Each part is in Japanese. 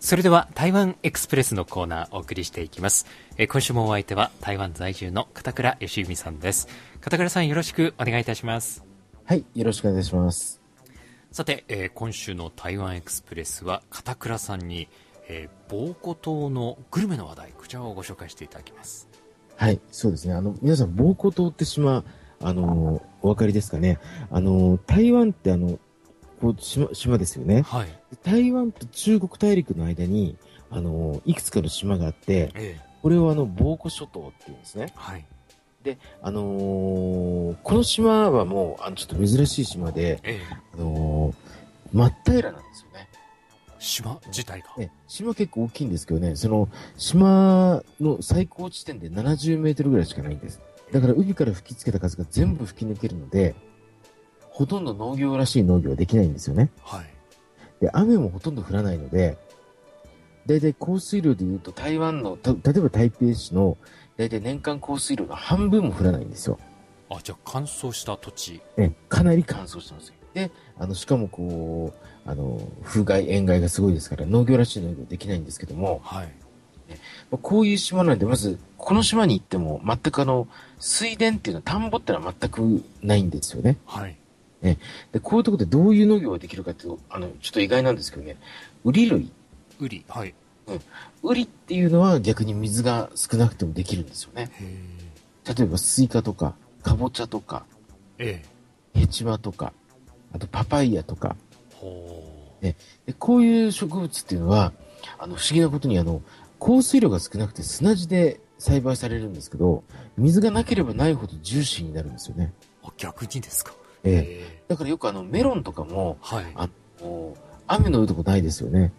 それでは台湾エクスプレスのコーナーお送りしていきますえー今週もお相手は台湾在住の片倉義文さんです片倉さんよろしくお願いいたしますはい、よろしくお願いします。さて、えー今週の台湾エクスプレスは片倉さんに、えー、防湖島のグルメの話題こちらをご紹介していただきますはい、そうですね。あの、皆さん、防湖島って島、あの、お分かりですかね。あの、台湾ってあの、こう、島、島ですよね。はい台湾と中国大陸の間に、あの、いくつかの島があって、ええこれをあの、防湖諸島っていうんですね。はいあのーこの島はもう、あの、ちょっと珍しい島で、ええあのー真っ平らなんですよね。島自体が、ね、島結構大きいんですけどね、その島の最高地点で70メートルぐらいしかないんです。だから海から吹きつけた風が全部吹き抜けるので、ほとんど農業らしい農業はできないんですよね。はいで、雨もほとんど降らないので、だいたい降水量で言うと台湾の、た例えば台北市のだいたい年間降水量が半分も降らないんですよ。あじゃあ乾燥した土地ね、かなり乾燥してますよ。で、あの、しかもこう、あの、風害、塩害がすごいですから農業らしい農業できないんですけども、はいまあこういう島なんで、まず、この島に行っても、全くあの、水田っていうのは、田んぼってのは全くないんですよね。はいで、こういうところでどういう農業ができるかっていうと、あの、ちょっと意外なんですけどね、ウリ類。ウリはいへウリっていうのは逆に水が少なくてもできるんですよね。え例えば、スイカとか、かぼちゃとか、ええヘチマとか、あとパパイヤとか。ほうでこういう植物っていうのは、あの、不思議なことにあの、降水量が少なくて砂地で栽培されるんですけど、水がなければないほどジューシーになるんですよね。あ逆にですかえええだからよくあのメロンとかも、はいあの雨のとこないですよね。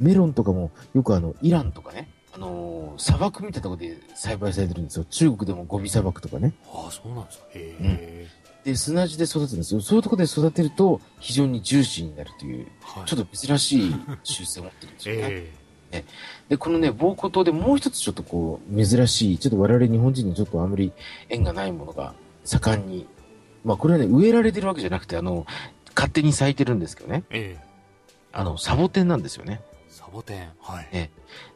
メロンとかもよくあのイランとかね、あのー砂漠みたいなとこで栽培されてるんですよ。中国でもゴビ砂漠とかね。ああそうなんですかへえで、砂地で育てるんですよ。そういうとこで育てると非常にジューシーになるという、はいちょっと珍しい習性を持ってるんですよ ね。えで、このね、防湖島でもう一つちょっとこう、珍しい、ちょっと我々日本人にちょっとあまり縁がないものが盛んに、まあこれはね、植えられてるわけじゃなくて、あの、勝手に咲いてるんですけどね。えええあの、サボテンなんですよね。サボテンはいえ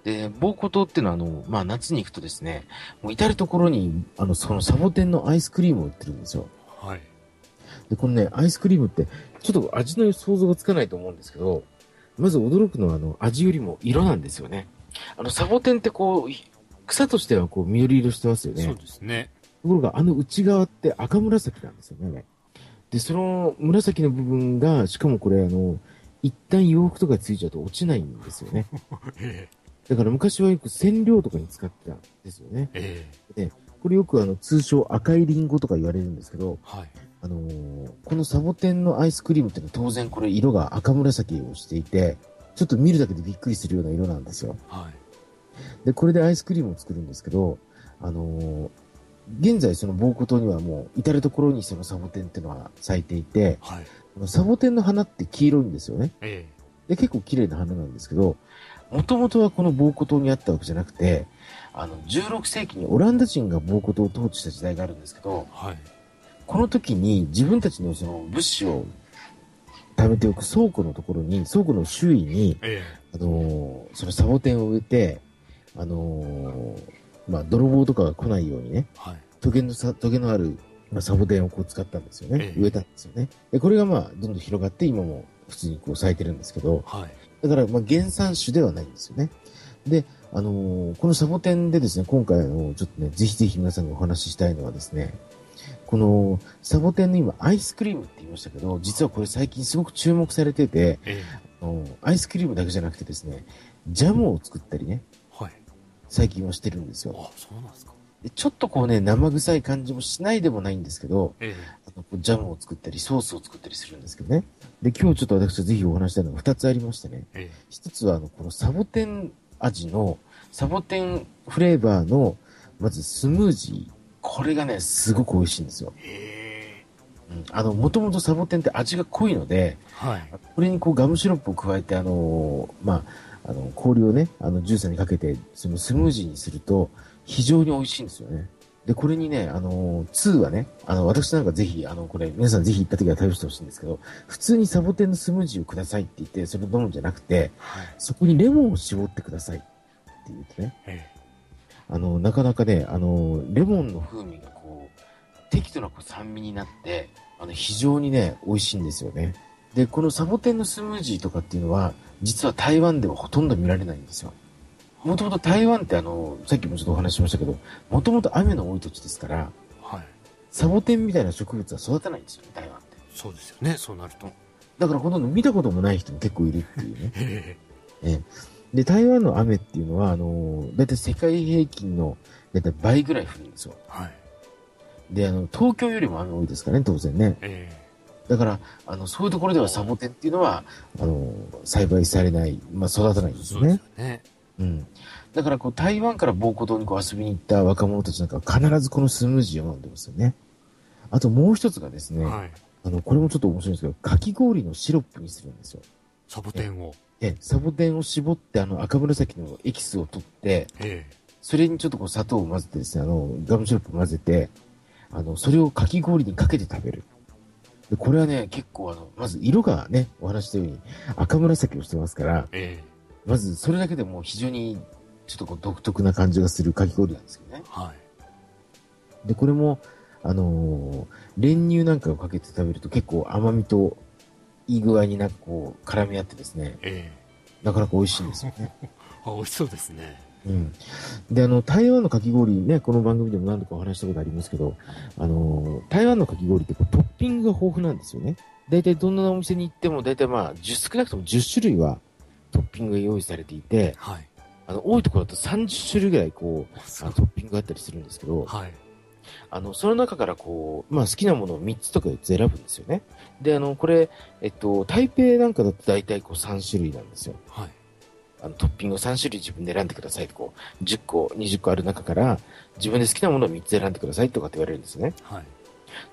で、防湖島っていうのは、あの、まあ、夏に行くとですね、もう至るところに、あの、そのサボテンのアイスクリームを売ってるんですよ。はいで、このね、アイスクリームって、ちょっと味の想像がつかないと思うんですけど、まず驚くのは、あの、味よりも色なんですよね。あの、サボテンってこう、ひ草としてはこう、緑色してますよね。そうですねところが、あの内側って赤紫なんですよね。で、その紫の部分が、しかもこれ、あの、一旦洋服とかについちゃうと落ちないんですよね。えだから昔はよく染料とかに使ってたんですよね。えええこれよくあの通称赤いリンゴとか言われるんですけど、はいあのーこのサボテンのアイスクリームってのは当然これ色が赤紫をしていて、ちょっと見るだけでびっくりするような色なんですよ。はいで、これでアイスクリームを作るんですけど、あのー現在その防湖島にはもう至るところにそのサボテンってのは咲いていて、はいこのサボテンの花って黄色いんですよね。ええで、結構綺麗な花なんですけど、もともとはこの防湖島にあったわけじゃなくて、あの、16世紀にオランダ人が防湖島を統治した時代があるんですけど、はいこの時に自分たちのその物資を貯めておく倉庫のところに、倉庫の周囲に、えあのーそのサボテンを植えて、あのーまあ、泥棒とかが来ないようにね、えはいトゲのさ、トゲのある、まあ、サボテンをこう使ったんですよえね。え植えたんですよね。で、これがまあ、どんどん広がって、今も普通にこう咲いてるんですけど、はいだから、まあ、原産種ではないんですよね。で、あのーこのサボテンでですね、今回、あのちょっとね、ぜひぜひ皆さんにお話ししたいのはですね、このサボテンの今、アイスクリームって言いましたけど、実はこれ最近すごく注目されてて、ええあのーアイスクリームだけじゃなくてですね、ジャムを作ったりね、はい最近はしてるんですよ。あそうなんですかでちょっとこうね、生臭い感じもしないでもないんですけど、えあのこうジャムを作ったり、ソースを作ったりするんですけどね。で、今日ちょっと私はぜひお話ししたいのが2つありましてね。ええ一つは、あの、このサボテン味の、サボテンフレーバーの、まずスムージー。これがね、すごく美味しいんですよ。ええうん、あの、もともとサボテンって味が濃いので、はいこれにこうガムシロップを加えて、あのーまあ、あの、氷をね、あの、ジュースにかけて、そのスムージーにすると、非常に美味しいんですよね。で、これにね、あのー、2はね、あの、私なんかぜひ、あの、これ、皆さんぜひ行った時は対応してほしいんですけど、普通にサボテンのスムージーをくださいって言って、それを飲むんじゃなくて、はいそこにレモンを絞ってくださいって言ってね、えあの、なかなかね、あの、レモンの風味がこう、適度なこう酸味になって、あの、非常にね、美味しいんですよね。で、このサボテンのスムージーとかっていうのは、実は台湾ではほとんど見られないんですよ。もともと台湾ってあの、さっきもちょっとお話ししましたけど、もともと雨の多い土地ですから、えはい、サボテンみたいな植物は育たないんですよね、台湾って。そうですよねそうなると、だからほとんど見たこともない人も結構いるっていうね。えで、台湾の雨っていうのは、あのー、だいたい世界平均の、だいたい倍ぐらい降るんですよ。えはいで、あの、東京よりも雨多いですからね、当然ね。ええだから、あの、そういうところではサボテンっていうのは、あのー、栽培されない、まあ、育たないんですそようですね。よねうん。だから、こう、台湾から防護島にこう遊びに行った若者たちなんかは必ずこのスムージーを飲んでますよね。あともう一つがですね、はいあの、これもちょっと面白いんですけど、かき氷のシロップにするんですよ。サボテンをで、サボテンを絞って、あの、赤紫のエキスを取って、ええそれにちょっとこう砂糖を混ぜてですね、あの、ガムシロップを混ぜて、あの、それをかき氷にかけて食べる。で、これはね、結構あの、まず色がね、お話ししたように赤紫をしてますから、ええまずそれだけでもう非常にちょっとこう独特な感じがするかき氷なんですけどね。はいで、これも、あのー練乳なんかをかけて食べると結構甘みといい具合になんかこう絡み合ってですね、えなかなか美味しいんですよね。えあ美味しそうですねうん。で、あの、台湾のかき氷ね、この番組でも何度かお話ししたことありますけど、あの、台湾のかき氷ってこうトッピングが豊富なんですよね。大体どんなお店に行っても、大体まあ、10少なくとも10種類はトッピングが用意されていて、はいあの、多いところだと30種類ぐらいこう、あすあごいのトッピングがあったりするんですけど、はいあの、その中からこう、まあ好きなものを3つとか4つ選ぶんですよね。で、あの、これ、えっと、台北なんかだと大体こう3種類なんですよ。はいあのトッピングを3種類自分で選んでくださいとこう10個、20個ある中から自分で好きなものを3つ選んでくださいとかって言われるんですね。はい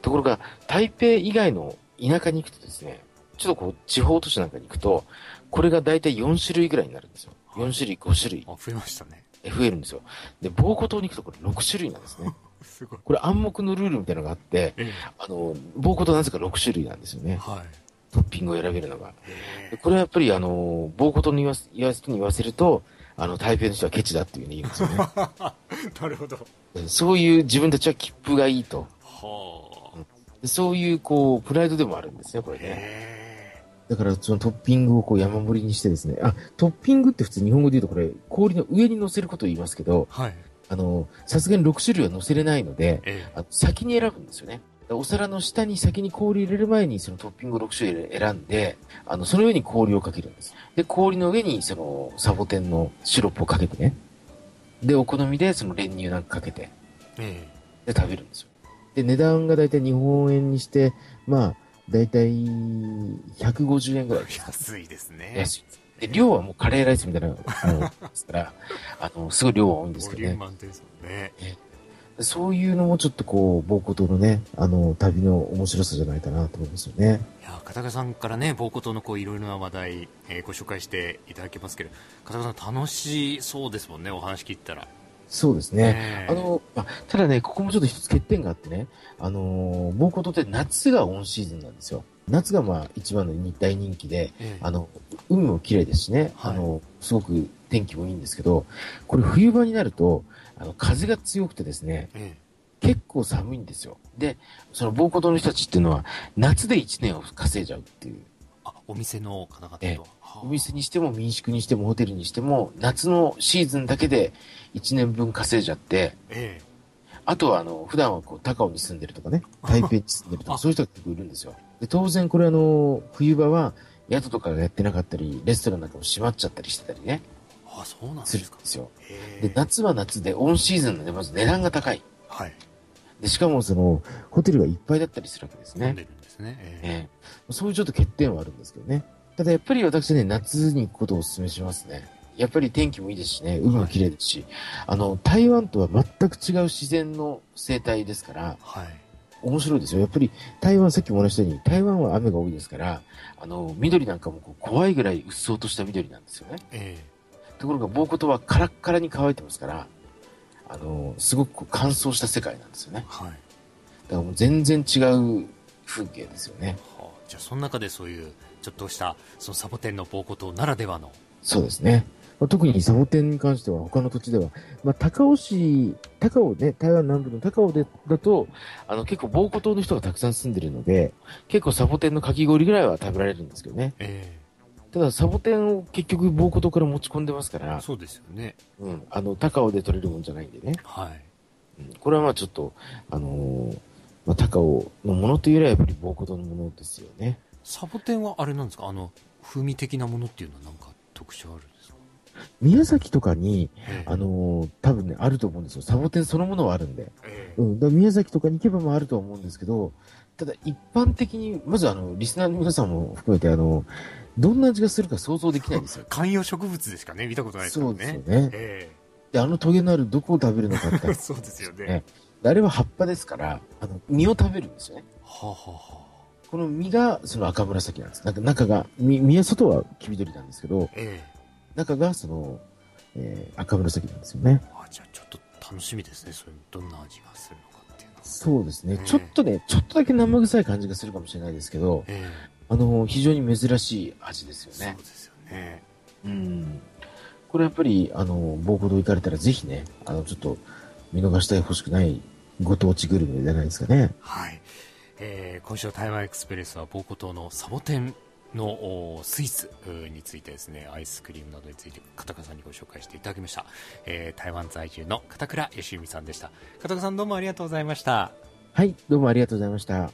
ところが、台北以外の田舎に行くとですね、ちょっとこう地方都市なんかに行くと、これが大体4種類ぐらいになるんですよ。4種類、5種類あ増えましたね え増えるんですよ。で、防護島に行くとこれ6種類なんですね。すごいこれ暗黙のルールみたいなのがあって、えあの、防護島なぜか6種類なんですよえね。はいトッピングを選べるのが。えでえこれはやっぱりあの、某ことに言わせ、言わせ人に言わせると、あの、台北の人はケチだっていうね、言うんですよ ねなるほどうん。そういう自分たちは切符がいいと。はあでそういう、こう、プライドでもあるんですね、これね。えだから、そのトッピングをこう山盛りにしてですね。あ、トッピングって普通日本語で言うとこれ、氷の上に乗せることを言いますけどえ、はいあの、さすがに6種類は乗せれないので、えあ先に選ぶんですよね。だからお皿の下に先に氷入れる前にそのトッピング6種類選んで、あの、その上に氷をかけるんです。で、氷の上にそのサボテンのシロップをかけてね。で、お好みでその練乳なんかかけて、ええで食べるんですよ。で、値段がだいたい日本円にして、まあ、だいたい150円ぐらいえ安いですね安いです。で、量はもうカレーライスみたいなのですから、 あの、すごい量は多いんですボけリュどームね。満点ですもんねそういうのもちょっとこう、暴行島のね、あの、旅の面白さじゃないかなと思いますよね。いや片倉さんからね暴行島のこういろいろな話題、えーご紹介していただけますけど片倉さん楽しそうですもんねお話聞いたら、そうですね。ええあの、あただね、ここもちょっと一つ欠点があってね、あのー、暴行島って夏がオンシーズンなんですよ。夏がまあ一番の大人気で、ええあの、海も綺麗ですしね、はいあの、すごく天気もいいんですけど、これ冬場になると、あの、風が強くてですね、え結構寒いんですよ。で、その暴行島の人たちっていうのは、夏で1年を稼いじゃうっていう。えあお店の方々と、ええはあお店にしても民宿にしてもホテルにしても、夏のシーズンだけで1年分稼いじゃって、ええあとはあの、普段はこう、高尾に住んでると かね、台北に住んでるとあか、そういう人が結構いるんですよ。で、当然これあの、冬場は、宿とかがやってなかったり、レストランなんかも閉まっちゃったりしてたりね、あそうなんでするすんかで、すよ。ええで、夏は夏で、オンシーズンなんで、まず値段が高い。はいで、しかもその、ホテルがいっぱいだったりするわけです飲んね。でるんですねええええそういうちょっと欠点はあるんですけどね。ただやっぱり私ね、夏に行くことをお勧めしますね。やっぱり天気もいいですしね、海も綺麗ですし、あの、台湾とは全く違う自然の生態ですから、はい面白いですよ。やっぱり台湾、さっきもお話ししたように、台湾は雨が多いですから、あの、緑なんかもこう怖いぐらいうっそうとした緑なんですよね。えところが、棒ことはカラッカラに乾いてますから、あのすごくこう乾燥した世界なんですよねはい。だからもう全然違う風景ですよねはあ、じゃあ、その中でそういう、ちょっとした、そのサボテンの防護塔ならではの。そうですね。まあ、特にサボテンに関しては他の土地では、まあ、高尾市、高尾ね、台湾南部の高尾でだと、あの結構防護島の人がたくさん住んでるので、結構サボテンのかき氷ぐらいは食べられるんですけどね。えただサボテンを結局防護島から持ち込んでますかえら、そうですよね。うん、あの、高尾で取れるもんじゃないんでね。はい。うんこれはまあちょっと、あのーまあ、高尾のものというよりはやっぱり防護島のものですよね。サボテンはあれなんですかあの、風味的なものっていうのはなんか特徴あるんですか宮崎とかに、ええあのー多分ね、あると思うんですよ。サボテンそのものはあるんで。ええうん、だから宮崎とかに行けばもあるとは思うんですけど、ただ一般的に、まずあの、リスナーの皆さんも含めて、あの、どんな味がするか想像できないんですよ。観葉植物でしかね、見たことないですかそらうですよね。ね。えで、あのトゲのあるどこを食べるのかってえ そうですよね。ねあれは葉っぱですから、あの、実を食べるんですよね。はあ、はあはあ、この実が、その赤紫なんです。なんか中が、み実は外は黄緑なんですけど、ええ中がその、えー赤紫なんですよね。あじゃあちょっと楽しみですね。それどんな味がするのかっていうのは。そうですねね。ちょっとね、ちょっとだけ生臭い感じがするかもしれないですけど、えあの、非常に珍しい味ですえよそねう。ですよね。うんこれやっぱり、あの、防護堂行かれたらぜひね、あの、ちょっと見逃してほしくないご当地グルメじゃないですかね。はい。えー今週の台湾エクスプレスは、防護島のサボテンのおースイーツうーについてですね、アイスクリームなどについて、片倉さんにご紹介していただきました。えー台湾在住の片倉義美さんでした。片倉さんどうもありがとうございました。はい、どうもありがとうございました。